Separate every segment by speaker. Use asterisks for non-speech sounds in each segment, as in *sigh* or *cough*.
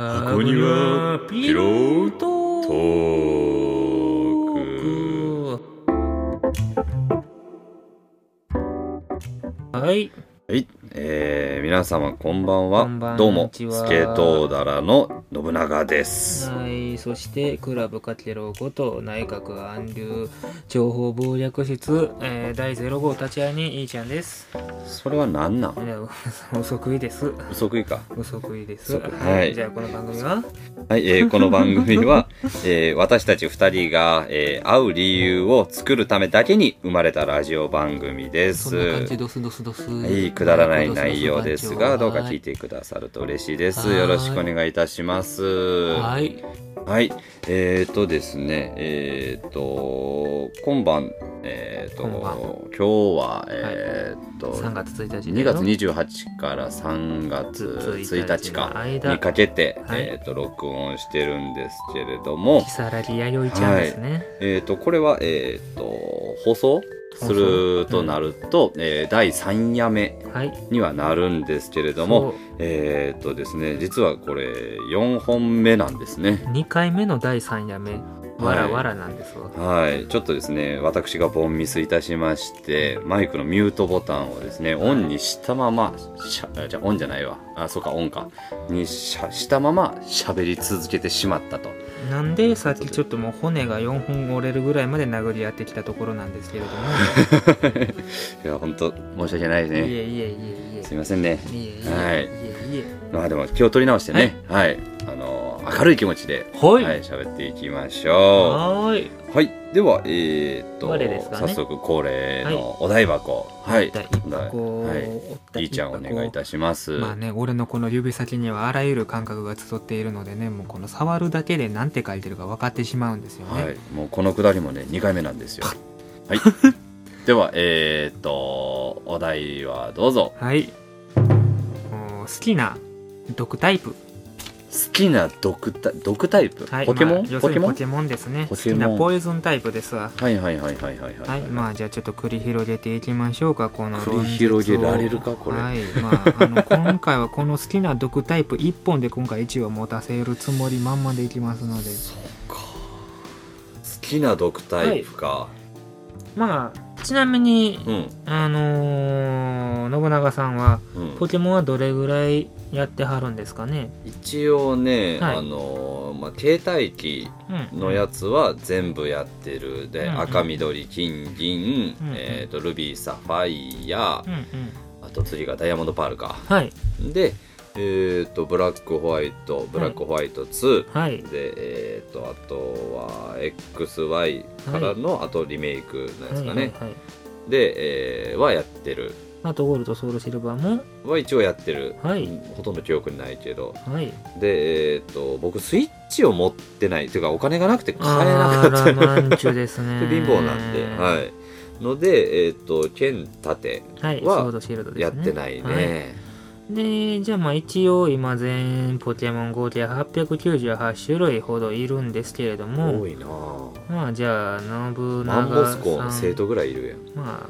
Speaker 1: 箱にはピロートークはい
Speaker 2: はい、えー、皆様こんばんは
Speaker 1: こんばんは
Speaker 2: どうも
Speaker 1: こんに
Speaker 2: ス
Speaker 1: ちは
Speaker 2: ケートーダラの信長です
Speaker 1: はいそしてクラブカテロこと内閣安流情報暴略室、えー、第0号立ち会いにいいちゃんです
Speaker 2: それは何ないん
Speaker 1: や *laughs* 遅くいです
Speaker 2: 嘘食いか
Speaker 1: 遅くいです
Speaker 2: 嘘食い
Speaker 1: はい、
Speaker 2: はい
Speaker 1: じゃあこの番組は
Speaker 2: はい、えー、この番組
Speaker 1: *laughs*
Speaker 2: は、えー、私たち二人が、えー、会う理由を作るためだけに生まれたラジオ番組で
Speaker 1: そ
Speaker 2: す
Speaker 1: んな感じドスドスドス
Speaker 2: はい、くだらない内容ですが、どうか聞いてくださると嬉しいです。
Speaker 1: はい
Speaker 2: よろしくお願いいたします。は
Speaker 1: はい
Speaker 2: はい、えっ、ー、とですね、えっ、ー、と、今晩、えっ、ー、と、
Speaker 1: 今晩
Speaker 2: 今日は、えっ、ー、と、
Speaker 1: 3月1日
Speaker 2: 2月28から3月1日
Speaker 1: 1日の
Speaker 2: か
Speaker 1: 間
Speaker 2: にかけて、
Speaker 1: はい
Speaker 2: えっ、ー、と、録音してるんですけれども
Speaker 1: 木、更木弥生ちゃんですね、
Speaker 2: えっ、ー、と、これは、えっ、ー、と、放送するとなると、えー第3夜目
Speaker 1: はい、
Speaker 2: にはなるんですけれども、えーっとですね、実はこれ4本目なんですね。
Speaker 1: 2回目の第3夜目わらわらなんですわ、
Speaker 2: はい、ちょっとですね、私がボンミスいたしまして、マイクのミュートボタンをですね、オンにしたまま、しゃあじゃあオンじゃないわ、あ、そうか、オンか、にしゃしたまま喋り続けてしまったと。
Speaker 1: なんでさっきちょっともう骨が4本折れるぐらいまで殴り合ってきたところなんですけれども
Speaker 2: いや、本当申し訳ない
Speaker 1: いえ
Speaker 2: で
Speaker 1: い
Speaker 2: *laughs* すね。
Speaker 1: えいえいえ
Speaker 2: すいませんね。
Speaker 1: いえいえいえ
Speaker 2: はい
Speaker 1: いえいえ
Speaker 2: まあでも気を取り直してね、はい、あの明るい気持ちで、
Speaker 1: はい
Speaker 2: はい、喋っていきましょう。
Speaker 1: はーい
Speaker 2: はい、では、えーっと、
Speaker 1: 我ですかね
Speaker 2: 早速恒例のお題箱。はい、
Speaker 1: 第一箱
Speaker 2: はい、いいちゃんお願いい
Speaker 1: した
Speaker 2: します。
Speaker 1: まあね俺のこの指先にはあらゆる感覚が集っているのでねもうこの触るだけで何て書いてるか分かってしまうんですよね、
Speaker 2: はい、もうこのくだりもね、二回目なんですよ。はい。 *laughs* では、えーっと、お題はどうぞ。
Speaker 1: はい。もう好きな毒タイプ。
Speaker 2: 好きな毒タ毒タイプ、
Speaker 1: はい。
Speaker 2: ポケモン、
Speaker 1: まあ要す
Speaker 2: ポ
Speaker 1: る
Speaker 2: ケ
Speaker 1: に
Speaker 2: モ
Speaker 1: ポ
Speaker 2: ン
Speaker 1: ケモンですね。
Speaker 2: ポ
Speaker 1: 好き
Speaker 2: ケモン
Speaker 1: なポイズンタイプですわ。
Speaker 2: はいはいはいはいはいは。
Speaker 1: はいい。まあじゃあちょっと繰り広げていきましょうか。この
Speaker 2: 繰り広げられる
Speaker 1: 論
Speaker 2: か
Speaker 1: 説を
Speaker 2: これ
Speaker 1: はい。まああの今回はこの好きな毒タイプ一本で今回一を持たせるつもりまんまでいきますので。
Speaker 2: か好きな毒タイプか。
Speaker 1: まあちなみに
Speaker 2: うん、
Speaker 1: あのー信長さんは
Speaker 2: うん。
Speaker 1: ポケモンはどれぐらいやってはるんですかね。
Speaker 2: 一応ね、
Speaker 1: はい
Speaker 2: あのーまあ、携帯機
Speaker 1: うん。
Speaker 2: のやつは全部やってるで、
Speaker 1: うんうん
Speaker 2: 赤緑金銀、
Speaker 1: うんうん
Speaker 2: えー、とルビーサファイア、
Speaker 1: うんうん。
Speaker 2: あと次がダイヤモンドパールか
Speaker 1: はい
Speaker 2: でえっ、とブラックホワイトブラックホワイト2、
Speaker 1: はい。
Speaker 2: でえっ、とあとは XY からの、あとリメイクのやつ
Speaker 1: はい
Speaker 2: かね、
Speaker 1: はいはい。
Speaker 2: で、えーはやってる
Speaker 1: あとゴールドソウルシルバーも
Speaker 2: は一応やってる、
Speaker 1: はい
Speaker 2: ほとんど記憶にないけど
Speaker 1: はい
Speaker 2: でえっ、と僕スイッチを持ってないというかお金がなくて買えな
Speaker 1: あ
Speaker 2: かった
Speaker 1: ーラマンチュですね
Speaker 2: で *laughs* 貧乏なんで、はい。ので、えっ、と、剣盾
Speaker 1: はいソ
Speaker 2: は
Speaker 1: ードシールドで
Speaker 2: やっ
Speaker 1: すね
Speaker 2: てないね。
Speaker 1: はでじゃあまあ一応今全ポケモン合計898種類ほどいるんですけれども
Speaker 2: 多いなぁ。
Speaker 1: まあじゃあ信
Speaker 2: マンモ
Speaker 1: 長
Speaker 2: ス校
Speaker 1: さ
Speaker 2: の
Speaker 1: ん
Speaker 2: 生徒ぐらいいるやん。
Speaker 1: まあ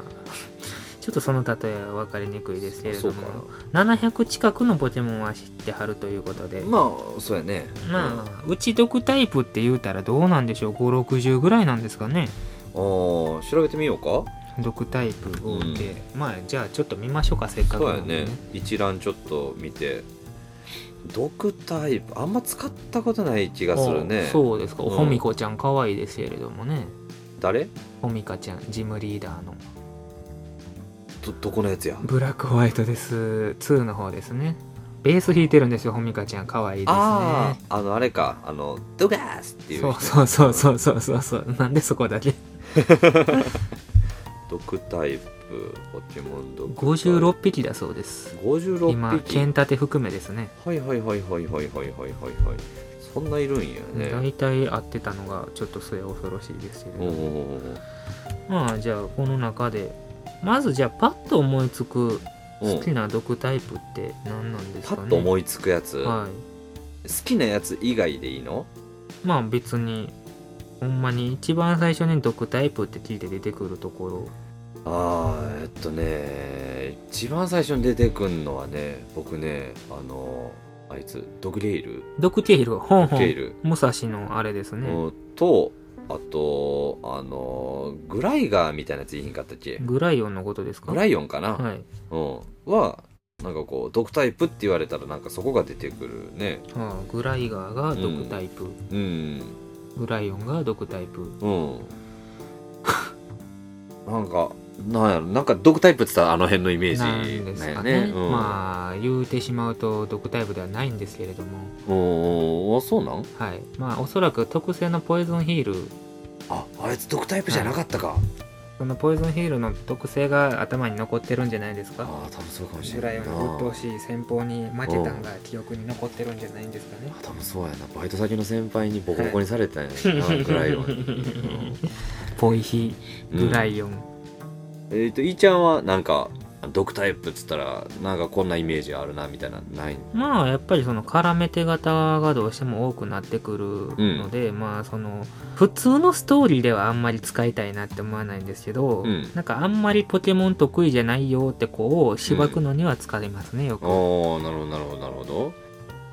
Speaker 1: ちょっとその例えは分かりにくいですけれ
Speaker 2: そ
Speaker 1: ど
Speaker 2: うか
Speaker 1: も。700近くのポケモンは知ってはるということでま
Speaker 2: まあ、そうやね。
Speaker 1: あうち毒タイプって言うたらどうなんでしょう560ぐらいなんですかね
Speaker 2: うん、あー調べてみようか。
Speaker 1: 毒タイプをで、まあじゃあちょっと見ましょうかせっかく
Speaker 2: そう
Speaker 1: な
Speaker 2: や
Speaker 1: んで
Speaker 2: ね。一覧ちょっと見て。毒タイプ、あんま使ったことない気がするね
Speaker 1: あ。そうですか
Speaker 2: うん
Speaker 1: ほみこちゃん可愛いですけれどもね
Speaker 2: 誰
Speaker 1: ほみかちゃんジムリーダーの
Speaker 2: ど、どこのやつや。
Speaker 1: ブラックホワイトです2の方ですねベース弾いてるんですよほみかちゃん可愛いです
Speaker 2: あ
Speaker 1: ね
Speaker 2: あ、あの、あれか。あの、ドガースっていう
Speaker 1: そう
Speaker 2: 人。
Speaker 1: そうそうそうそうそうそうなんでそこだけ
Speaker 2: 毒タイプ、ポケモン毒タイプ。
Speaker 1: 56匹だそうです
Speaker 2: 56匹
Speaker 1: 今剣盾含めですね
Speaker 2: はいはいはいはいはいはいはいはいはいそんないるんやね
Speaker 1: 大体合ってたのがちょっと末恐ろしいですけれ
Speaker 2: お
Speaker 1: ど
Speaker 2: うお
Speaker 1: も
Speaker 2: うおう
Speaker 1: まあじゃあこの中でまずじゃあパッと思いつく
Speaker 2: おう
Speaker 1: 好きな毒タイプって何なんです
Speaker 2: パ
Speaker 1: かね
Speaker 2: ッと思いつくやつ、
Speaker 1: はい
Speaker 2: 好きなやつ以外でいいの
Speaker 1: まあ別にほんまに一番最初に毒タイプって聞いて出てくるところ
Speaker 2: あーえっとね一番最初に出てくんのはね僕ねあのあいつドグレイル
Speaker 1: ドクテール、ほんほ
Speaker 2: ドクテー
Speaker 1: ん。
Speaker 2: ル、
Speaker 1: 武蔵のあれですね。
Speaker 2: うんとあとあのーグライガーみたいなやついひんかったっけ
Speaker 1: グライオンのことですか
Speaker 2: グライオンかな、
Speaker 1: はい。
Speaker 2: うん、はなんかこう毒タイプって言われたらなんかそこが出てくるね
Speaker 1: ああグライガーが毒タイプ、
Speaker 2: うん
Speaker 1: グライオンが毒タイプ。
Speaker 2: うん *laughs* なんかなんやろなんか毒タイプって言ったらあの辺のイメージ
Speaker 1: なんです
Speaker 2: なん
Speaker 1: か
Speaker 2: や
Speaker 1: ね
Speaker 2: うん、
Speaker 1: まあ言うてしまうと毒タイプではないんですけれども、
Speaker 2: おーそうなん
Speaker 1: はいまあ、おそらく特性のポイズンヒール
Speaker 2: ああいつ毒タイプじゃなかったか、
Speaker 1: そのポイズンヒールの特性が頭に残ってるんじゃないですか
Speaker 2: ああ多分そうかもし
Speaker 1: ぐ
Speaker 2: れ
Speaker 1: ら
Speaker 2: ないいな
Speaker 1: の鬱陶しい戦法に負けたんが記憶に残ってるんじゃないんですかね
Speaker 2: 多分そうやなバイト先の先輩にボコボコにされたんやなぐ
Speaker 1: *laughs*
Speaker 2: らいは、うん
Speaker 1: ポイヒ
Speaker 2: うん
Speaker 1: グライオン、
Speaker 2: えっ、と、いーちゃんはなんか、毒タイプっつったら、なんかこんなイメージあるなみたいな、ない
Speaker 1: まあやっぱりその絡め手型がどうしても多くなってくるので、まあその普通のストーリーではあんまり使いたいなって思わないんですけど、
Speaker 2: うん
Speaker 1: なんかあんまりポケモン得意じゃないよって子をしばくのには使いますねよく。
Speaker 2: おー、なるほど、なるほど、なるほ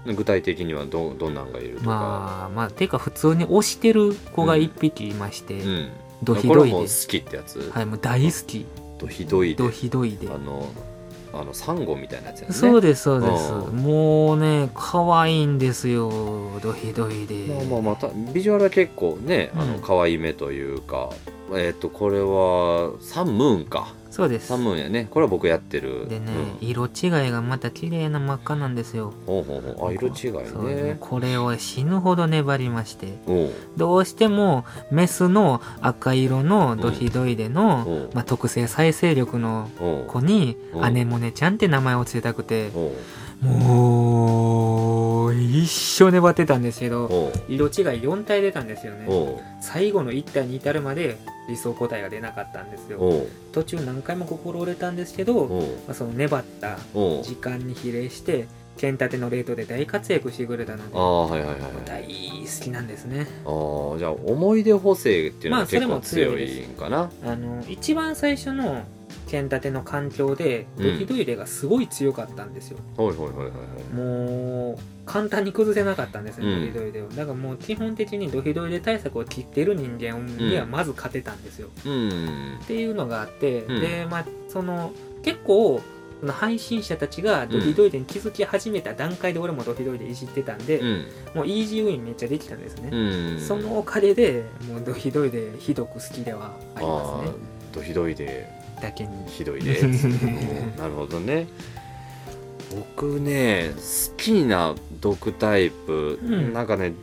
Speaker 2: ど。具体的にはど、どんなんがいるとか。
Speaker 1: まあまあてか普通に推してる子が一匹いまして、
Speaker 2: うん。
Speaker 1: ドヒド
Speaker 2: これ
Speaker 1: イ
Speaker 2: も
Speaker 1: で
Speaker 2: 好きってやつ、
Speaker 1: はいもう大好き
Speaker 2: ドヒドイで
Speaker 1: ドヒドイで
Speaker 2: あの、あの、サンゴみたいなやつやね。
Speaker 1: そうですそうです
Speaker 2: うん
Speaker 1: もうね可愛いんですよドヒドイで
Speaker 2: まあまあまたビジュアルは結構ねあ
Speaker 1: う
Speaker 2: の
Speaker 1: ん
Speaker 2: 可愛い目というか、えっ、とこれはサンムーンか
Speaker 1: そうです
Speaker 2: サンムーンやねこれは僕やってる
Speaker 1: でね、
Speaker 2: うん
Speaker 1: 色違いがまた綺麗な真っ赤なんですよ。
Speaker 2: ほうほうほうあ色違
Speaker 1: そう
Speaker 2: いね
Speaker 1: これを死ぬほど粘りまして
Speaker 2: おう
Speaker 1: どうしてもメスの赤色のドヒドイデの、
Speaker 2: うんうん
Speaker 1: まあ、特性再生力の
Speaker 2: おう
Speaker 1: 子に
Speaker 2: うん
Speaker 1: アネモネちゃんって名前を付けたくて
Speaker 2: おう
Speaker 1: もう一生粘ってたんですけど
Speaker 2: おう
Speaker 1: 色違い4体出たんですよね
Speaker 2: おう
Speaker 1: 最後の1体に至るまで理想個体が出なかったんですよ
Speaker 2: おう
Speaker 1: 途中何回も心折れたんですけど、ま
Speaker 2: おう
Speaker 1: あ、その粘った
Speaker 2: おう
Speaker 1: 時間に比例して剣立てのレートで大活躍してくれたので
Speaker 2: ああはいはいはいはい
Speaker 1: 大好きなんですね
Speaker 2: あーじゃあ思い出補正っていうの
Speaker 1: まあ
Speaker 2: は
Speaker 1: それ
Speaker 2: 結
Speaker 1: も
Speaker 2: 構
Speaker 1: 強
Speaker 2: 強
Speaker 1: いです
Speaker 2: いんかな、
Speaker 1: あの一番最初の剣立ての環境で
Speaker 2: うん
Speaker 1: ドキドイレがすごい強かったんですよ、
Speaker 2: はいはいはいはいはい
Speaker 1: もう簡単に崩せなかったんですね、
Speaker 2: うん
Speaker 1: ドヒドイレをだからもう基本的にドヒドイレ対策を切ってる人間にはまず勝てたんですよ、
Speaker 2: うん
Speaker 1: っていうのがあって、
Speaker 2: うん
Speaker 1: でまあその結構その配信者たちがドヒドイレに気づき始めた段階で俺もドヒドイレいじってたんで、
Speaker 2: うん
Speaker 1: もうイージーウィンめっちゃできたんですね、
Speaker 2: うん
Speaker 1: そのおかげでもうどひどいでひどく好きではありま
Speaker 2: あ
Speaker 1: すね
Speaker 2: ーとひどいで
Speaker 1: だけに
Speaker 2: ひど
Speaker 1: *laughs*
Speaker 2: いでうんなるほどね僕ね好きな毒タイプ、
Speaker 1: うん
Speaker 2: なんかね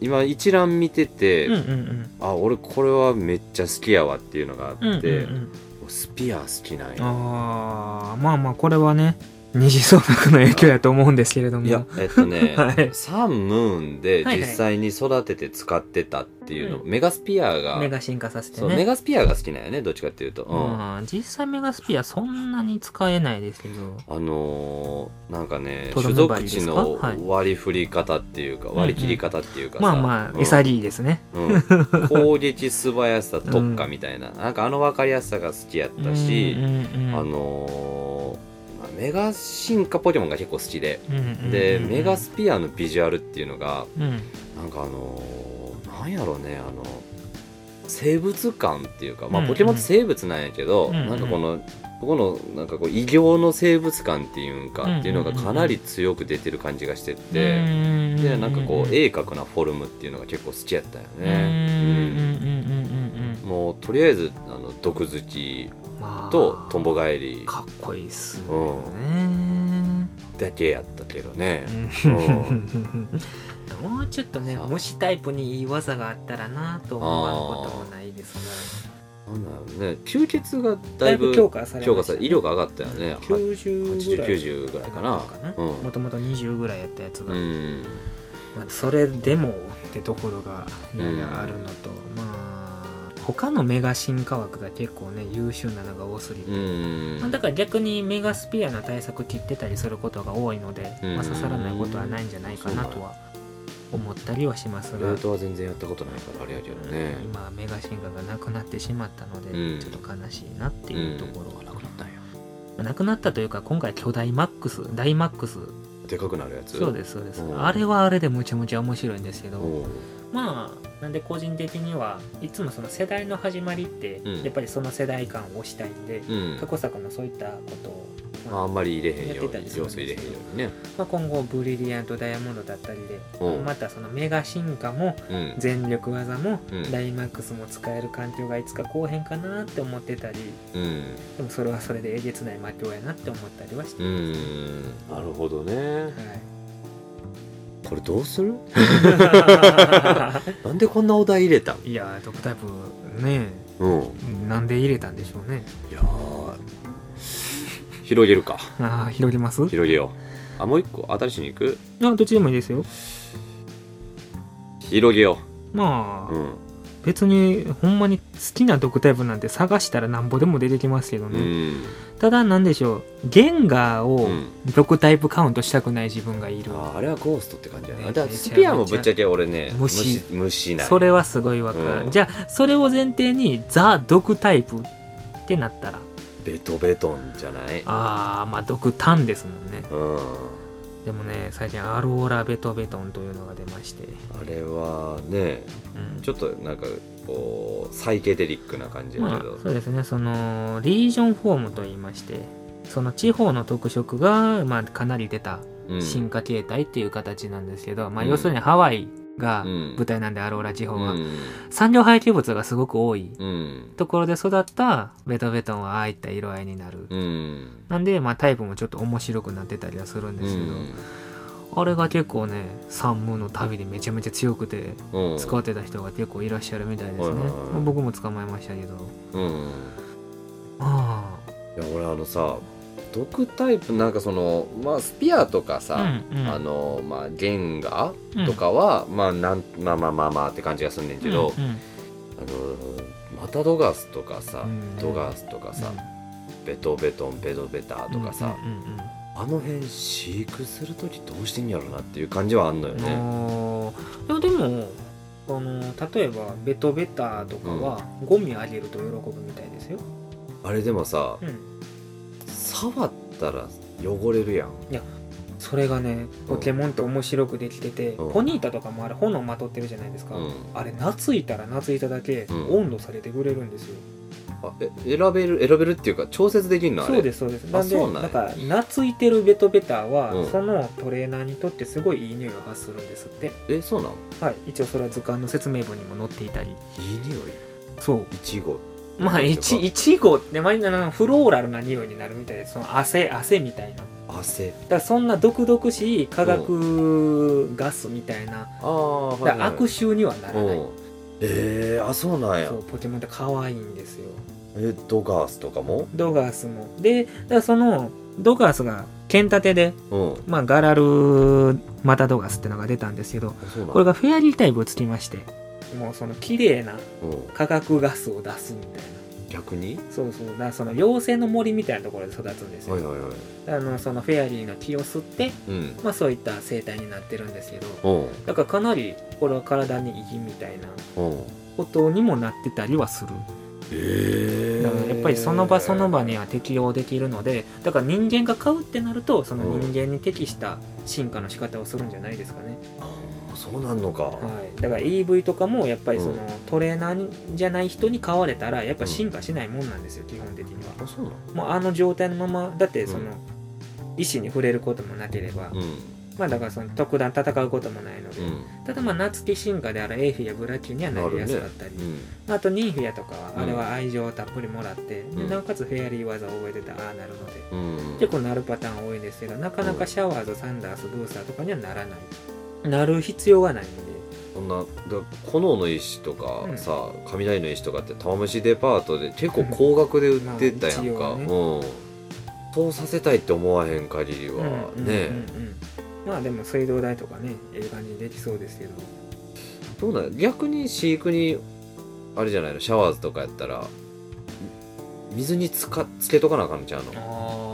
Speaker 2: 今一覧見てて、
Speaker 1: うんうん
Speaker 2: あ俺これはめっちゃ好きやわっていうのがあって、
Speaker 1: うんうんうん
Speaker 2: スピア好きなんや
Speaker 1: ああまあまあこれはね二次創作の影響やと思うんですけれども
Speaker 2: いやえっとね、
Speaker 1: *laughs* はい
Speaker 2: サンムーンで
Speaker 1: はいはい
Speaker 2: 実際に育てて使ってたっていうの、
Speaker 1: う
Speaker 2: メガスピアが
Speaker 1: 目が進化させて
Speaker 2: そうメ
Speaker 1: ね
Speaker 2: ガスピアが好きなんやねどっちかっていうと、うん
Speaker 1: うん実際メガスピアそんなに使えないですけど
Speaker 2: あのーなんかね
Speaker 1: とど
Speaker 2: 種
Speaker 1: めばい
Speaker 2: 族
Speaker 1: いです
Speaker 2: 地
Speaker 1: か
Speaker 2: の
Speaker 1: はい
Speaker 2: 割り振り方っていうか、
Speaker 1: んうん
Speaker 2: 割り切り方っていうかさ
Speaker 1: まあま
Speaker 2: う
Speaker 1: あ
Speaker 2: ん
Speaker 1: 潔いですね
Speaker 2: うん攻撃素早さ特化みたいな、なんかあの分かりやすさが好きやったし、
Speaker 1: うんうんうん
Speaker 2: あのーまあメガ進化ポケモンが結構好きで、
Speaker 1: うんうんうん
Speaker 2: でメガスピアのビジュアルっていうのが
Speaker 1: うん
Speaker 2: なんかあのーなんやろうねあの生物感っていうか、ま
Speaker 1: うんう
Speaker 2: あ、
Speaker 1: ん
Speaker 2: ポケモンって生物なんやけど、
Speaker 1: うんうん
Speaker 2: なんかこのここのなんかこう異形の生物感っていうん
Speaker 1: うんうんうん
Speaker 2: かっていうのがかなり強く出てる感じがして
Speaker 1: う
Speaker 2: て、
Speaker 1: ん
Speaker 2: でなんかこう鋭角なフォルムっていうのが結構好きやったよ
Speaker 1: うんうん
Speaker 2: ね。
Speaker 1: うんうんうん
Speaker 2: うんもうとりあえずあの毒好き
Speaker 1: うんまあ
Speaker 2: とトンボ返り
Speaker 1: かっこいいっすよ
Speaker 2: うん
Speaker 1: ね。
Speaker 2: だけやったけどね。
Speaker 1: *laughs* もうちょっとね
Speaker 2: そう
Speaker 1: 虫タイプにいい技があったらなと思わんこともないです
Speaker 2: なんだろうね吸血が
Speaker 1: が
Speaker 2: だいぶ強
Speaker 1: 化さ
Speaker 2: 化され威力上がったよね。
Speaker 1: 90ぐらい
Speaker 2: 80ぐらいかなうん
Speaker 1: もともと20ぐらいやったやつが、
Speaker 2: うん
Speaker 1: まあ、それでもってところがややあるのと、まあ他のメガ進化枠が結構ね優秀なのが多すぎて、
Speaker 2: うん
Speaker 1: まあ、だから逆にメガスピアの対策切ってたりすることが多いので、
Speaker 2: うん
Speaker 1: まあ、刺さらないことはないんじゃないかなとは思ったりはします
Speaker 2: ル
Speaker 1: が
Speaker 2: ー。トは全然やったことないからあれやけどね
Speaker 1: うん今メガ進化がなくなってしまったので、
Speaker 2: うん
Speaker 1: ちょっと悲しいなっていうところはなくなっ
Speaker 2: なんや
Speaker 1: た、なくなったというか今回巨大マックス大マックス
Speaker 2: でかくなるやつ
Speaker 1: そうですそうです
Speaker 2: おう
Speaker 1: あれはあれでむちゃむちゃ面白いんですけど
Speaker 2: おう
Speaker 1: まあなんで個人的にはいつもその世代の始まりって
Speaker 2: うん
Speaker 1: やっぱりその世代感を推したいんで、
Speaker 2: うん
Speaker 1: 過去作もそういったことを、ま
Speaker 2: あ
Speaker 1: あ
Speaker 2: んまり入れへんよ
Speaker 1: やっ
Speaker 2: う
Speaker 1: てたり
Speaker 2: に
Speaker 1: する
Speaker 2: 要
Speaker 1: んですけ
Speaker 2: 素入
Speaker 1: ど
Speaker 2: れへんようにね
Speaker 1: まあ、今後ブリリアントダイヤモンドだったりで
Speaker 2: おう
Speaker 1: またそのメガ進化も
Speaker 2: うん
Speaker 1: 全力技も
Speaker 2: うん
Speaker 1: ダイマックスも使える環境がいつかこうへんかなって思ってたり
Speaker 2: うん
Speaker 1: でもそれはそれでえげつない魔境やなって思ったりはして
Speaker 2: う、んなるほどねこれどう
Speaker 1: *laughs*
Speaker 2: する
Speaker 1: は
Speaker 2: なんでこんなお題入れたん
Speaker 1: い、いやードクタイプね
Speaker 2: うん
Speaker 1: なんで入れたんでしょうね
Speaker 2: いやー広げるか
Speaker 1: ああ広げます
Speaker 2: 広げようあもう一個新しいに行く
Speaker 1: あどっちでもいいですよ
Speaker 2: 広げよ
Speaker 1: まあ、
Speaker 2: ううん
Speaker 1: 別にほんまに好きなドクタイプなんて探したらなんぼでも出てきますけど
Speaker 2: う
Speaker 1: ね、
Speaker 2: ん
Speaker 1: ただなんでしょうゲンガー
Speaker 2: う
Speaker 1: を
Speaker 2: ん
Speaker 1: ドクタイプカウントしたくない自分がいる、
Speaker 2: ああれはゴーストって感じやな
Speaker 1: ね
Speaker 2: だからスピアもぶっちゃけ俺ね
Speaker 1: 無視
Speaker 2: 無無視ない
Speaker 1: それはすごいわかる、
Speaker 2: うん
Speaker 1: じゃあそれを前提にザ・ドクタイプってなったら
Speaker 2: ベトベトンじゃない
Speaker 1: あーまあドクタンですもんね
Speaker 2: うんあ
Speaker 1: でもね最近アローラ・ベトベトンというのが出まして、
Speaker 2: れはね
Speaker 1: うん
Speaker 2: ちょっとなんかこうサイケデリックな感じや
Speaker 1: まあ
Speaker 2: けど、
Speaker 1: そうですねそのリージョンフォームといいましてその地方の特色が、まあ、かなり出た
Speaker 2: うん
Speaker 1: 進化形態っていう形なんですけど、まあ
Speaker 2: うん
Speaker 1: 要するにハワイが
Speaker 2: うん
Speaker 1: 舞台なんで、アローラ地方
Speaker 2: う
Speaker 1: は、
Speaker 2: ん
Speaker 1: 産業廃棄物がすごく多い
Speaker 2: うん
Speaker 1: ところで育ったベトベトンはああいった色合いになる、
Speaker 2: うん
Speaker 1: なんでまあタイプもちょっと面白くなってたりはするんですけど、あれが結構ね三無の旅でめちゃめちゃ強くて
Speaker 2: うん
Speaker 1: 使ってた人が結構いらっしゃるみたいですね、
Speaker 2: はいはいはい
Speaker 1: まあ僕も捕まえましたけど
Speaker 2: うん
Speaker 1: あ
Speaker 2: いや俺あのさ毒タイプなんかそのまあスピアとか
Speaker 1: あ
Speaker 2: さ、
Speaker 1: うんうん
Speaker 2: あのまあゲンガ
Speaker 1: うん
Speaker 2: とかは、まあなんまあまあまあまあって感じがすんねんけど、
Speaker 1: うんうん
Speaker 2: あのマタドガスとかさ、
Speaker 1: うん
Speaker 2: ドガスとかさ、ベトベトンベトベターとかさ、
Speaker 1: うんうんうん
Speaker 2: あの辺飼育する時どうしてんやろなっていう感じはあんのよね。
Speaker 1: あーいやでもあの例えばベトベタとかはゴミあげると喜ぶみたいですよ、
Speaker 2: あれでもさ
Speaker 1: うん、
Speaker 2: 触ったら汚れるやん。
Speaker 1: それがねポケモンって面白くできてて、
Speaker 2: うん
Speaker 1: ポニータとかもあれ炎まとってるじゃないですか、
Speaker 2: うん、
Speaker 1: あれ懐いたら懐いただけ
Speaker 2: うん
Speaker 1: 温度されてくれるんですよ、
Speaker 2: あえ選べる選べるっていうか調節できるのあれ。
Speaker 1: そうですそうですなんで
Speaker 2: そう
Speaker 1: な
Speaker 2: なん
Speaker 1: ん
Speaker 2: や
Speaker 1: か懐いてるベトベタは、
Speaker 2: うん
Speaker 1: そのトレーナーにとってすごいいい匂いを発するんですって
Speaker 2: えそうなの？
Speaker 1: はい一応それは図鑑の説明文にも載っていたり
Speaker 2: いい匂い。
Speaker 1: そう
Speaker 2: いちご。
Speaker 1: まあ、いちいちごって、まあ、なんかフローラルな匂いになるみたいで、その汗、汗みたいな。だ
Speaker 2: 汗。
Speaker 1: からそんな毒々しい化学ガスみたいな、
Speaker 2: ああは
Speaker 1: だから悪臭にはならない。
Speaker 2: うん。えー、あそうなんや
Speaker 1: そ。う、ポケモンって可愛いんですよ。
Speaker 2: えドガースとかも？
Speaker 1: ドガースも。で、だからその、ドガースが剣立てで、
Speaker 2: うん。
Speaker 1: まあ、ガラルマタドガスってのが出たんですけど、
Speaker 2: あそうなん
Speaker 1: これ
Speaker 2: や。
Speaker 1: がフェアリータイプをつきまして、もうその綺麗な
Speaker 2: うん。
Speaker 1: 化学ガスを出すみたい
Speaker 2: 逆に？
Speaker 1: な。そうそう、だからその妖精の森みたいなところで育つんですよ。
Speaker 2: はいはいはい。
Speaker 1: あのそのフェアリーの気を吸って、
Speaker 2: うん。
Speaker 1: まあ、そういった生態になってるんですけど
Speaker 2: うん
Speaker 1: だからかなりこれは体にいいみたいな
Speaker 2: うん。
Speaker 1: ことにもなってたりはする
Speaker 2: え
Speaker 1: だからやっぱりその場その場には適応できるのでだから人間が飼うってなるとその人間に適した進化の仕方をするんじゃないですかね、
Speaker 2: そうなんのか、
Speaker 1: はい、だから EV とかもやっぱりその
Speaker 2: うん
Speaker 1: トレーナーにじゃない人に飼われたらやっぱ進化しないもんなんですよ基本的には
Speaker 2: あそうなの
Speaker 1: もうあの状態のままだってその
Speaker 2: うん
Speaker 1: 意思に触れることもなければ、
Speaker 2: うん
Speaker 1: まあだからその特段戦うこともないので、
Speaker 2: う
Speaker 1: ただまあ夏木進化であるエイフィやブラキューにはなりやすかったり、
Speaker 2: んうん
Speaker 1: あとニーフィアとかは
Speaker 2: うん
Speaker 1: あれは愛情をたっぷりもらって、で
Speaker 2: うん
Speaker 1: なおかつフェアリー技を覚えてたらああなるので
Speaker 2: うん
Speaker 1: 結構なるパターン多いんですけどなかなかシャワーズサンダースブースターとかにはならないなる必要がないんで
Speaker 2: そんなだ炎の石とか
Speaker 1: うん
Speaker 2: さ、雷の石とかって玉虫デパートで結構高額で売ってたやん
Speaker 1: ま
Speaker 2: か、
Speaker 1: あ一
Speaker 2: うんそうさせたいって思わへん限りはね、
Speaker 1: うんうんうんうんまあでも水道代とかねええ感じにできそうですけど
Speaker 2: どうなん逆に飼育にあれじゃないのシャワーズとかやったら水につかつけとかなあかんちゃうの
Speaker 1: あ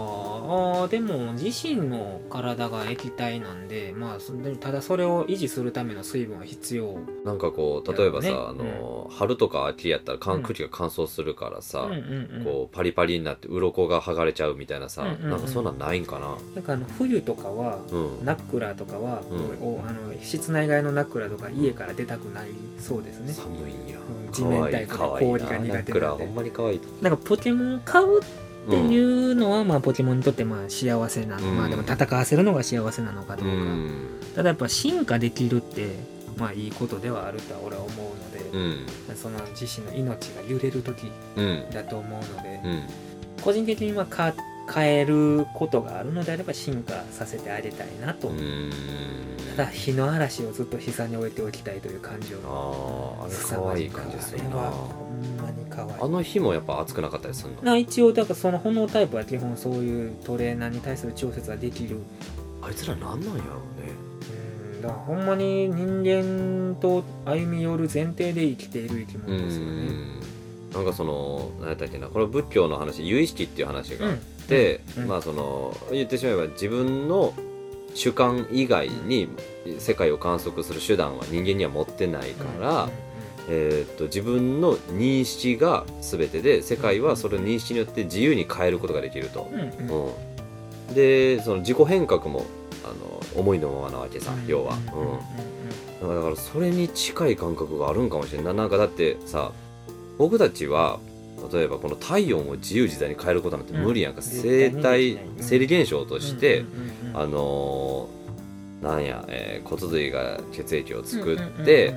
Speaker 1: あーでも自身の体が液体なんでまあそでもただそれを維持するための水分は必要
Speaker 2: なんかこう例えばさ、
Speaker 1: ね
Speaker 2: あの春とか秋やったらかん空気が乾燥するから
Speaker 1: うん
Speaker 2: さ
Speaker 1: う、んうん
Speaker 2: こうパリパリになって鱗が剥がれちゃうみたいなさ、
Speaker 1: うんうんうん
Speaker 2: なんかそんなんないんかな
Speaker 1: なんかあの冬とかは
Speaker 2: うん
Speaker 1: ナックラとかは、
Speaker 2: うん
Speaker 1: おあの室内外のナックラとか家から出たくないそうですね、
Speaker 2: 寒いんや
Speaker 1: うん
Speaker 2: か
Speaker 1: 地面
Speaker 2: わいい
Speaker 1: 体と
Speaker 2: か
Speaker 1: か
Speaker 2: わいい
Speaker 1: 氷
Speaker 2: な
Speaker 1: が苦手なんで
Speaker 2: 枕ほんまにかわいいと
Speaker 1: なんかポケモン買うっていうのは、まあ、ポケモンにとってまあ幸せな、
Speaker 2: うん
Speaker 1: まあでも戦わせるのが幸せなのかど
Speaker 2: う
Speaker 1: うか、
Speaker 2: ん
Speaker 1: ただやっぱ進化できるってまあいいことではあるとは俺は思うので、
Speaker 2: うん
Speaker 1: その自身の命が揺れる時
Speaker 2: うん
Speaker 1: だと思うので、
Speaker 2: うん
Speaker 1: 個人的にはか変えることがあるのであれば進化させてあげたいなと、
Speaker 2: うーん
Speaker 1: *laughs* ただ火の嵐をずっと膝に置いておきたいという感情
Speaker 2: あーあれかわいい感じする
Speaker 1: あれは
Speaker 2: な
Speaker 1: ほんまに可愛い
Speaker 2: あの日もやっぱ暑くなかったりするの
Speaker 1: な一応だからその炎タイプは基本そういうトレーナーに対する調節はできる
Speaker 2: あいつらなんなんやろうね
Speaker 1: うんだからほんまに人間と歩み寄る前提で生きている生き物ですよね
Speaker 2: なんかその何やったっけなこれ仏教の話有意識っていう話
Speaker 1: う
Speaker 2: があっ
Speaker 1: ん
Speaker 2: て、
Speaker 1: うんうん
Speaker 2: まあその言ってしまえば自分の主観以外に世界を観測する手段は人間には持ってないから、えーっと自分の認識が全てで世界はそれの認識によって自由に変えることができると。
Speaker 1: うんうんうんうん
Speaker 2: うん、でその自己変革もあの思いのままなわけさ、要は。
Speaker 1: うんうんうん
Speaker 2: うんなんかだからそれに近い感覚があるんかもしれんないなんかだってさ僕たちは例えばこの体温を自由自在に変えることなんて無理やんか、
Speaker 1: うん
Speaker 2: 生
Speaker 1: 絶対にできな
Speaker 2: 体
Speaker 1: いうん
Speaker 2: 生理現象として、
Speaker 1: うんうんうん
Speaker 2: あのーなんや、えー骨髄が血液を作
Speaker 1: うんうんうん
Speaker 2: っ
Speaker 1: うん
Speaker 2: て、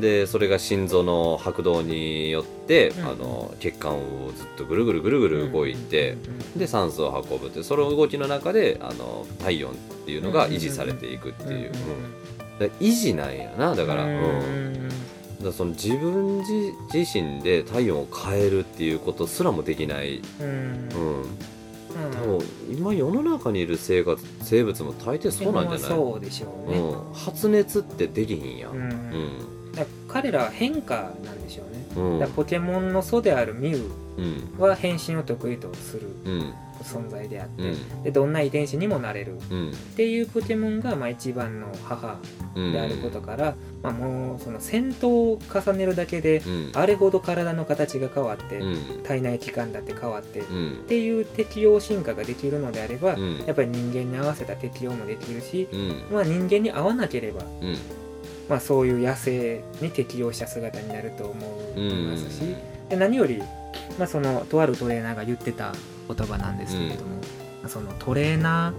Speaker 2: でそれが心臓の拍動によって、
Speaker 1: うん
Speaker 2: あの血管をずっとぐるぐるぐるぐる動いて、で酸素を運ぶってその動きの中であの体温っていうのが維持されていくっていう。うんだから維持なんやなだから,、うんだからその自分自自身で体温を変えるっていうことすらもできない、
Speaker 1: うん
Speaker 2: うん、
Speaker 1: うん
Speaker 2: 多分今世の中にいる生活生物も大抵そうなんじゃない、
Speaker 1: そうでしょうね、
Speaker 2: うん、発熱ってできひんやん、う
Speaker 1: うんんだから彼らは変化なんでしょうね
Speaker 2: うん
Speaker 1: だからポケモンの祖であるミュ
Speaker 2: うん
Speaker 1: ウは変身を得意とする
Speaker 2: うん
Speaker 1: 存在であって、
Speaker 2: うん
Speaker 1: でどんな遺伝子にもなれるっ
Speaker 2: うん
Speaker 1: ていうポケモンがまあ一番の母
Speaker 2: うん
Speaker 1: であることから、まあ、もうその戦闘を重ねるだけで
Speaker 2: うん
Speaker 1: あれほど体の形が変わって、
Speaker 2: うん
Speaker 1: 体内器官だって変わって、っ
Speaker 2: うん
Speaker 1: ていう適応進化ができるのであれば、
Speaker 2: うん
Speaker 1: やっぱり人間に合わせた適応もできるし、
Speaker 2: うん
Speaker 1: まあ、人間に合わなければ、
Speaker 2: うん
Speaker 1: まあ、そういう野生に適応した姿になると思
Speaker 2: うん
Speaker 1: いますし、で何より、まあ、そのとあるトレーナーが言ってた言葉なんですけれども、そのトレーナ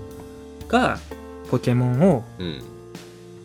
Speaker 1: ーがポケモンを、
Speaker 2: うん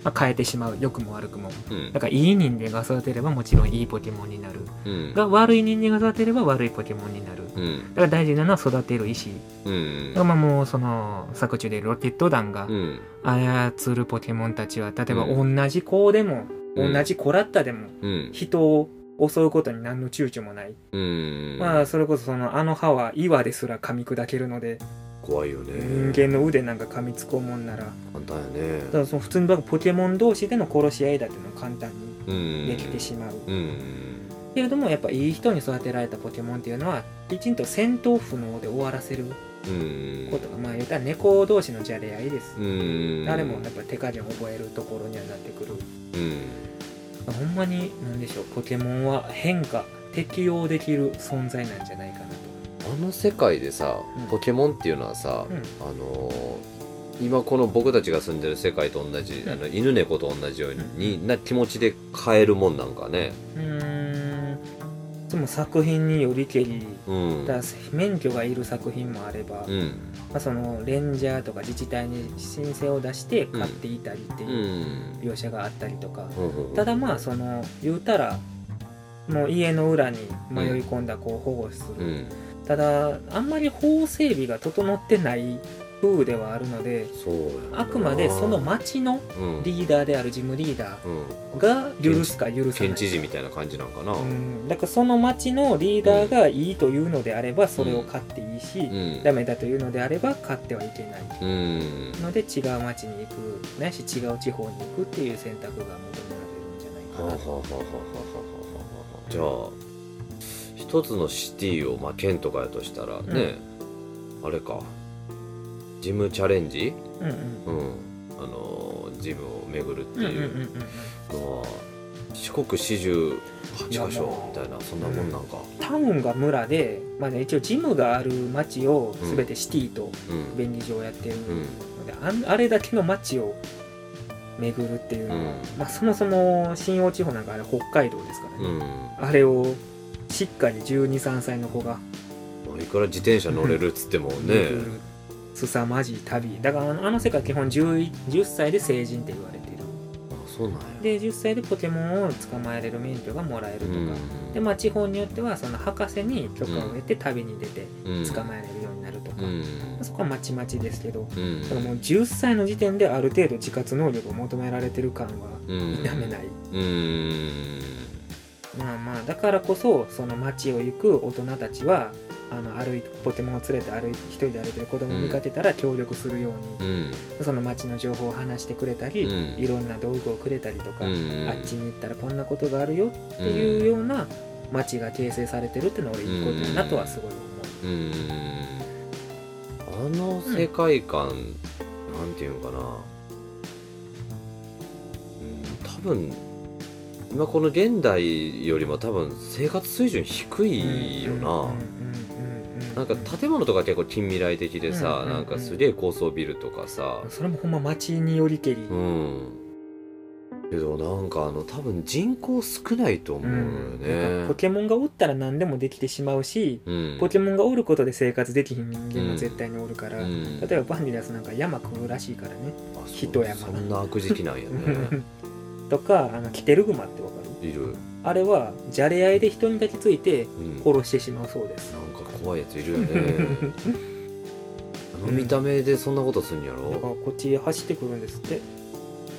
Speaker 1: まあ、変えてしまう良くも悪くも
Speaker 2: うん
Speaker 1: だからいい人間が育てればもちろんいいポケモンになる
Speaker 2: うん
Speaker 1: が悪い人間が育てれば悪いポケモンになる
Speaker 2: うん
Speaker 1: だから大事なのは育てる意思
Speaker 2: うん
Speaker 1: だからまあもうその作中でロケット弾が
Speaker 2: うん
Speaker 1: 操るポケモンたちは例えば
Speaker 2: う
Speaker 1: 同じ子でも、
Speaker 2: うん
Speaker 1: 同じ子ラッタでも
Speaker 2: うん
Speaker 1: 人を襲うことに何の躊躇もない、
Speaker 2: うん
Speaker 1: まあそれこそそのあの歯は岩ですら噛み砕けるので、
Speaker 2: 怖いよね
Speaker 1: 人間の腕なんか噛みつこうもんなら
Speaker 2: 簡単やね
Speaker 1: ただその普通にポケモン同士での殺し合いだっていうのは簡単
Speaker 2: うん
Speaker 1: にできてしまう、
Speaker 2: うん
Speaker 1: けれどもやっぱいい人に育てられたポケモンっていうのはきちんと戦闘不能で終わらせる
Speaker 2: うん
Speaker 1: ことがまあ言ったら猫同士のじゃれ合いです、
Speaker 2: うん
Speaker 1: 誰もやっぱり手加減を覚えるところにはなってくる
Speaker 2: うん
Speaker 1: ほんまに何でしょうポケモンは変化適応できる存在なんじゃないかなと
Speaker 2: あの世界でさ
Speaker 1: うん
Speaker 2: ポケモンっていうのはさ、
Speaker 1: うん
Speaker 2: あのー今この僕たちが住んでる世界と同じ、
Speaker 1: うん
Speaker 2: あの犬猫と同じよう
Speaker 1: うん
Speaker 2: に、な気持ちで変えるもんなんかね
Speaker 1: うーんいつも作品によりけり
Speaker 2: うん
Speaker 1: だ免許がいる作品もあれば、
Speaker 2: う
Speaker 1: ま
Speaker 2: ん
Speaker 1: あ、そのレンジャーとか自治体に申請を出して買っていたりって
Speaker 2: う
Speaker 1: いうん描写があったりとか、
Speaker 2: うん
Speaker 1: ただまあその言うたらもう家の裏に迷い込んだ子を保護す
Speaker 2: う
Speaker 1: る、
Speaker 2: ん
Speaker 1: ただあんまり法整備が整ってない風ではあるので
Speaker 2: そうやな
Speaker 1: あくまでその町の
Speaker 2: うん
Speaker 1: リーダーであるジムリーダ
Speaker 2: うん
Speaker 1: ーが許すか許さない
Speaker 2: 県
Speaker 1: か
Speaker 2: 知事みたいな感じなんかな
Speaker 1: うん、だからその町のリーダーがいいというのであればそれを買っていいし、
Speaker 2: うん
Speaker 1: ダメだというのであれば買ってはいけない
Speaker 2: うん
Speaker 1: ので違う町に行くないし違う地方に行くっていう選択が求められるんじゃない
Speaker 2: はあはあはあはあはあはあはあは
Speaker 1: かなと。
Speaker 2: あじゃあ一つのシティを、まあ、県とかやとしたらね、あれかジムチャレンジ、
Speaker 1: うんうん
Speaker 2: うん、あのジムを巡るっ
Speaker 1: う
Speaker 2: て
Speaker 1: んうんうん
Speaker 2: いう
Speaker 1: うん
Speaker 2: のは、四国四十八箇所みたいなそんなもんなんか、
Speaker 1: タウンが村で、まあね、一応ジムがある町を全てシティと
Speaker 2: うん
Speaker 1: 便利上やってる
Speaker 2: うん
Speaker 1: ので、あんあれだけの町を巡るっていう
Speaker 2: う
Speaker 1: のは、
Speaker 2: ん
Speaker 1: まあ、そもそも新大地方なんかあれ北海道ですからね、
Speaker 2: うん
Speaker 1: あれをしっかり1 2 3歳の子が
Speaker 2: まあ、いくら自転車乗れるっつってもね、
Speaker 1: 巡る凄まじい旅だからあのあの世界基本 10, 10歳で成人って言われてる
Speaker 2: あそうなんや
Speaker 1: で10歳でポケモンを捕まえれる免許がもらえるとか、
Speaker 2: うん
Speaker 1: でまあ地方によってはその博士に許可を得て旅に出て
Speaker 2: うん
Speaker 1: 捕まえれるようになるとか、
Speaker 2: うん
Speaker 1: そこはまちまちですけど
Speaker 2: うん
Speaker 1: だからもう10歳の時点である程度自活能力を求められてる感は否めない、
Speaker 2: うん
Speaker 1: まあまあだからこそその街を行く大人たちはあの歩いてポケモンを連れて歩いて一人で歩いてる子供を見かけたら協力するよう
Speaker 2: う
Speaker 1: に、
Speaker 2: ん
Speaker 1: その街の情報を話してくれたり、
Speaker 2: うん
Speaker 1: いろんな道具をくれたりとか、
Speaker 2: うん
Speaker 1: あっちに行ったらこんなことがあるよっていうような街が形成されてるってのは俺いいことやなとはすごい思う。
Speaker 2: うーんあの世界観、なんていうのかな、うん、多分今この現代よりも多分生活水準低いよな、
Speaker 1: うん
Speaker 2: なんか建物とか結構近未来的でさ、
Speaker 1: うん
Speaker 2: なんかすげえ高層ビルとかさ
Speaker 1: それもほんま街によりけり、
Speaker 2: うんけどなんかあの多分人口少ないと思うよ
Speaker 1: なんか
Speaker 2: ね
Speaker 1: ポ、ケモンがおったら何でもできてしまうし、
Speaker 2: うん、
Speaker 1: ポケモンがおることで生活できひん人間も絶対におるから、
Speaker 2: うん
Speaker 1: 例えばバンディラスなんか山食うらしいからね、
Speaker 2: あそう
Speaker 1: 人山
Speaker 2: そんな悪事期なんやね
Speaker 1: *laughs* とかあのキテルグマってわかる
Speaker 2: いる、
Speaker 1: あれはじゃれ合いで人に抱きついて
Speaker 2: うん、
Speaker 1: 殺してしまうそうです
Speaker 2: なんか怖いやついるよねあの見た目でそんなことするんや
Speaker 1: だから
Speaker 2: ろ
Speaker 1: こっちへ走ってくるんですって、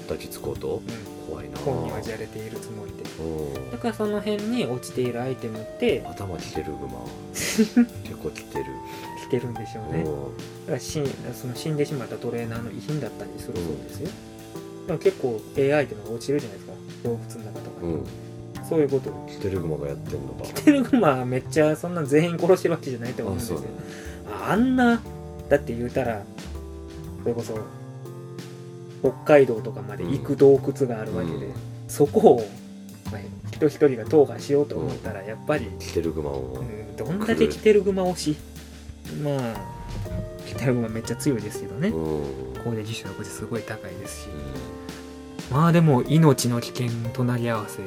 Speaker 2: 抱きつこうと
Speaker 1: う、
Speaker 2: 怖いなん
Speaker 1: 本人はじゃれているつもりで
Speaker 2: うん
Speaker 1: だからその辺に落ちているアイテムって
Speaker 2: 頭きてる
Speaker 1: *laughs*
Speaker 2: グマ結構きてる
Speaker 1: 来てるんでしょうね
Speaker 2: う
Speaker 1: だ
Speaker 2: ん
Speaker 1: から死んその死んでしまったトレーナーの遺品だったりするそうですよ、でも結構 AI アイテムが落ちるじゃないですか動物の中とかに、
Speaker 2: うん
Speaker 1: そういうこと
Speaker 2: きてるグマがやってんのか
Speaker 1: キテルグマはめっちゃそんな全員殺してるわけじゃないと思うんですよ
Speaker 2: あそう
Speaker 1: ああんなだって言うたらそれこそ北海道とかまで行く洞窟があるわけで、
Speaker 2: うん
Speaker 1: そこを、まあ、一人一人が踏破しようと思ったらやっぱり、
Speaker 2: きてるグマ
Speaker 1: う
Speaker 2: を
Speaker 1: ん、どんだけキテルグマ推しまあキテルグマめっちゃ強いですけどね、
Speaker 2: うん
Speaker 1: 高齢樹種の価値すごい高いですしまあでも命の危険隣り合わせ
Speaker 2: い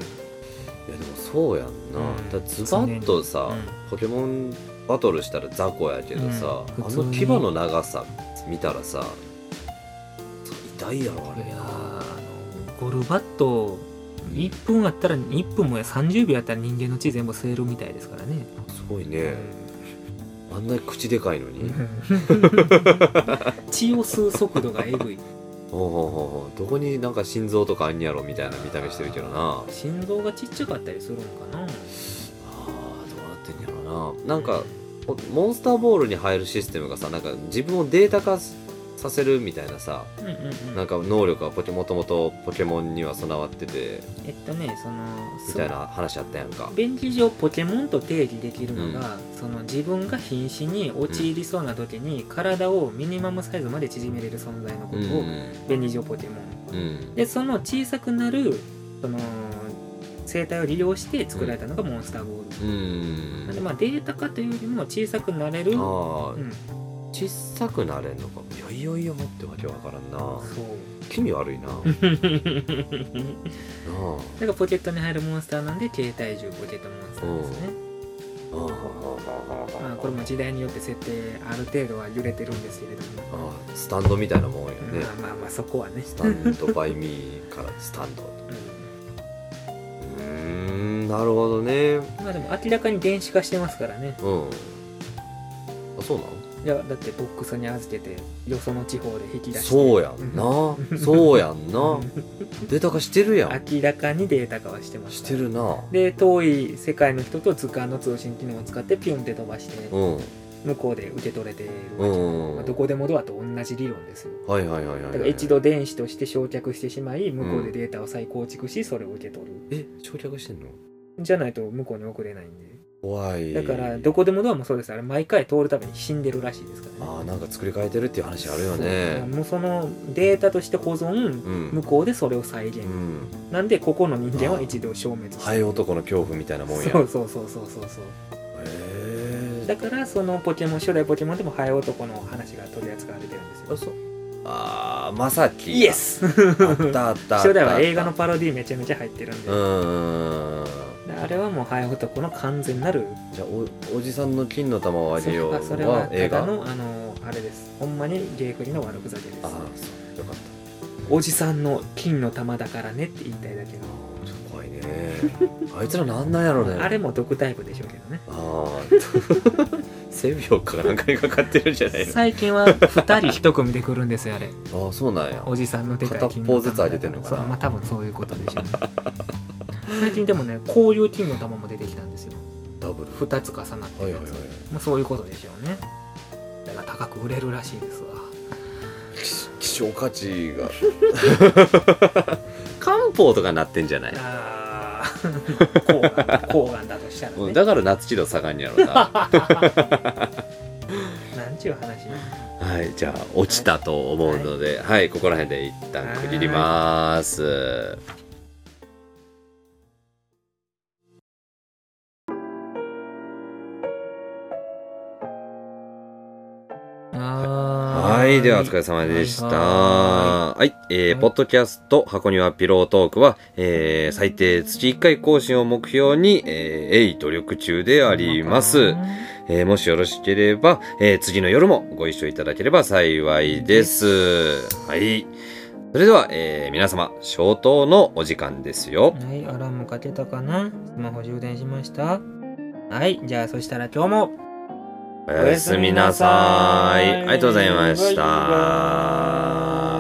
Speaker 2: やでもそうやんな、
Speaker 1: うん
Speaker 2: だからズバッとさ、
Speaker 1: 常に
Speaker 2: ポケモンバトルしたら雑魚やけどさ、
Speaker 1: うん
Speaker 2: あ
Speaker 1: 普通
Speaker 2: の
Speaker 1: に
Speaker 2: 牙の長さ見たらさ痛いやろあれ
Speaker 1: いやーあのゴルバット1分あったら1分もや30秒あったら人間の血全部吸えるみたいですからね、
Speaker 2: すごいねあんなに口でかいのに、
Speaker 1: う
Speaker 2: うんん、ほう
Speaker 1: 血を吸う速度がえぐい
Speaker 2: ほうほうほうどこになんか心臓とかあんやろみたいな見た目してるけどなあ
Speaker 1: 心臓がちっちゃかったりするのかな
Speaker 2: ーどうなってんやろななんかおモンスターボールに入るシステムがさなんか自分をデータ化させるみたいなさ
Speaker 1: うんうんうん
Speaker 2: なんか能力はポケもともとポケモンには備わってて
Speaker 1: えっとねその
Speaker 2: みたいな話あったやんか
Speaker 1: 便宜上ポケモンと定義できるのが、その自分が瀕死に陥りそうな時に体をミニマムサイズまで縮めれる存在のこ
Speaker 2: う
Speaker 1: と
Speaker 2: ん
Speaker 1: を便宜上ポケモン
Speaker 2: うん
Speaker 1: でその小さくなるその生態を利用して作られたのがモンスターボール、
Speaker 2: うん
Speaker 1: なんでまあデータ化というよりも小さくなれる、うん、そ
Speaker 2: ああ小さくなれんのかいやいやいや待ってわけわからんな
Speaker 1: う
Speaker 2: 気味悪いななあ
Speaker 1: だからポケットに入るモンスターなんで携帯銃ポケットモンスターですね、
Speaker 2: ああ
Speaker 1: まあ、これも時代によって設定ある程度は揺れてるんですけれども、
Speaker 2: ああスタンドみたいなもんやね、
Speaker 1: まあまあまあそこはね、
Speaker 2: スタンドバイミーから *laughs* スタンドう
Speaker 1: う
Speaker 2: ーんなるほどねうん
Speaker 1: ん、まあでも明らかに電子化してますからね
Speaker 2: あそうない
Speaker 1: やだってボックスに預けてよその地方で引き出
Speaker 2: の
Speaker 1: して
Speaker 2: そうやんなそうやんなデータ化してるやん
Speaker 1: 明らかにデータ化はしてます
Speaker 2: してるな
Speaker 1: で遠い世界の人と図鑑の通信機能を使ってピュンって飛ばして
Speaker 2: うん
Speaker 1: 向こうで受け取れている
Speaker 2: う
Speaker 1: わけ、
Speaker 2: ん
Speaker 1: まあ、どこでもドアと同じ理論ですよ
Speaker 2: はいはいはいはいはい
Speaker 1: だから一度電子として焼却してしまい向こうでデータを再構築しそれを受け取る、
Speaker 2: え焼却してんの
Speaker 1: じゃないと向こうに送れないんで
Speaker 2: 怖い
Speaker 1: だからどこでもドアもそうですあれ毎回通るために死んでるらしいですからね
Speaker 2: ああなんか作り変えてるっていう話あるよね
Speaker 1: もうそのデータとして保存
Speaker 2: うん
Speaker 1: 向こうでそれを再現、
Speaker 2: うん
Speaker 1: なんでここの人間は一度消滅して
Speaker 2: ハエ男の恐怖みたいなもんや
Speaker 1: そうそうそうそうそうそう
Speaker 2: へ
Speaker 1: だからそのポケモン初代ポケモンでもハエ男の話が取り扱われてるんですよ
Speaker 2: そうあーまさき
Speaker 1: イエス
Speaker 2: あったあったあった
Speaker 1: 初代は映画のパロディめちゃめちゃ入ってるんで
Speaker 2: う、ーん
Speaker 1: であれはもうハエ男の完全なる
Speaker 2: じゃあおおじさんの金の玉をあげよ
Speaker 1: *laughs*
Speaker 2: う
Speaker 1: あそれは
Speaker 2: 映
Speaker 1: ただ
Speaker 2: 画
Speaker 1: のあのあれですほんまにゲーフリの悪ふざけです
Speaker 2: ああそうよかった
Speaker 1: おじさんの金の玉だからねって言いたいだけの
Speaker 2: ちょっと怖いねあいつらなんなんやろね
Speaker 1: あれも毒タイプでしょうけどね
Speaker 2: あー *laughs* セビオかなんかにかかってるんじゃないの
Speaker 1: 最近は2人1組で来るんですよあれ
Speaker 2: ああそうなんや
Speaker 1: おじさんのでかい金
Speaker 2: 片っぽずつ上げてんのかな
Speaker 1: そうまあ多分そういうことでしょうね *laughs* 最近でもねこういう金の玉も出てきたんですよ
Speaker 2: ダブル
Speaker 1: 2つ重なって
Speaker 2: はい
Speaker 1: るや
Speaker 2: はい
Speaker 1: つ、
Speaker 2: はい
Speaker 1: まあ、そういうことでしょうねだから高く売れるらしいですわ
Speaker 2: 希少価値が *laughs* 漢方とかなってんじゃない
Speaker 1: あー *laughs* 抗がん抗がんだとしたら
Speaker 2: うん
Speaker 1: ね
Speaker 2: だから夏木戸下がんやろな
Speaker 1: な
Speaker 2: *laughs*
Speaker 1: んちゅう話
Speaker 2: はいじゃあ落ちたと思うのではい、ここら辺で一旦区切ります
Speaker 1: は
Speaker 2: はい。では、お疲れ様でした。
Speaker 1: は
Speaker 2: はい。え
Speaker 1: は
Speaker 2: ー、
Speaker 1: い
Speaker 2: ポッドキャスト、箱庭ピロートークは、えー、最低月1回更新を目標に、えー、鋭意努力中であります。えー、もしよろしければ、えー、次の夜もご一緒いただければ幸いです。はい。それでは、えー、皆様、消灯のお時間ですよ。
Speaker 1: はい、アラームかけたかなスマホ充電しましたはい、じゃあそしたら今日も
Speaker 2: おやすみなさい。あ
Speaker 1: おやすみなさい
Speaker 2: りがとうございました。
Speaker 1: バイバイ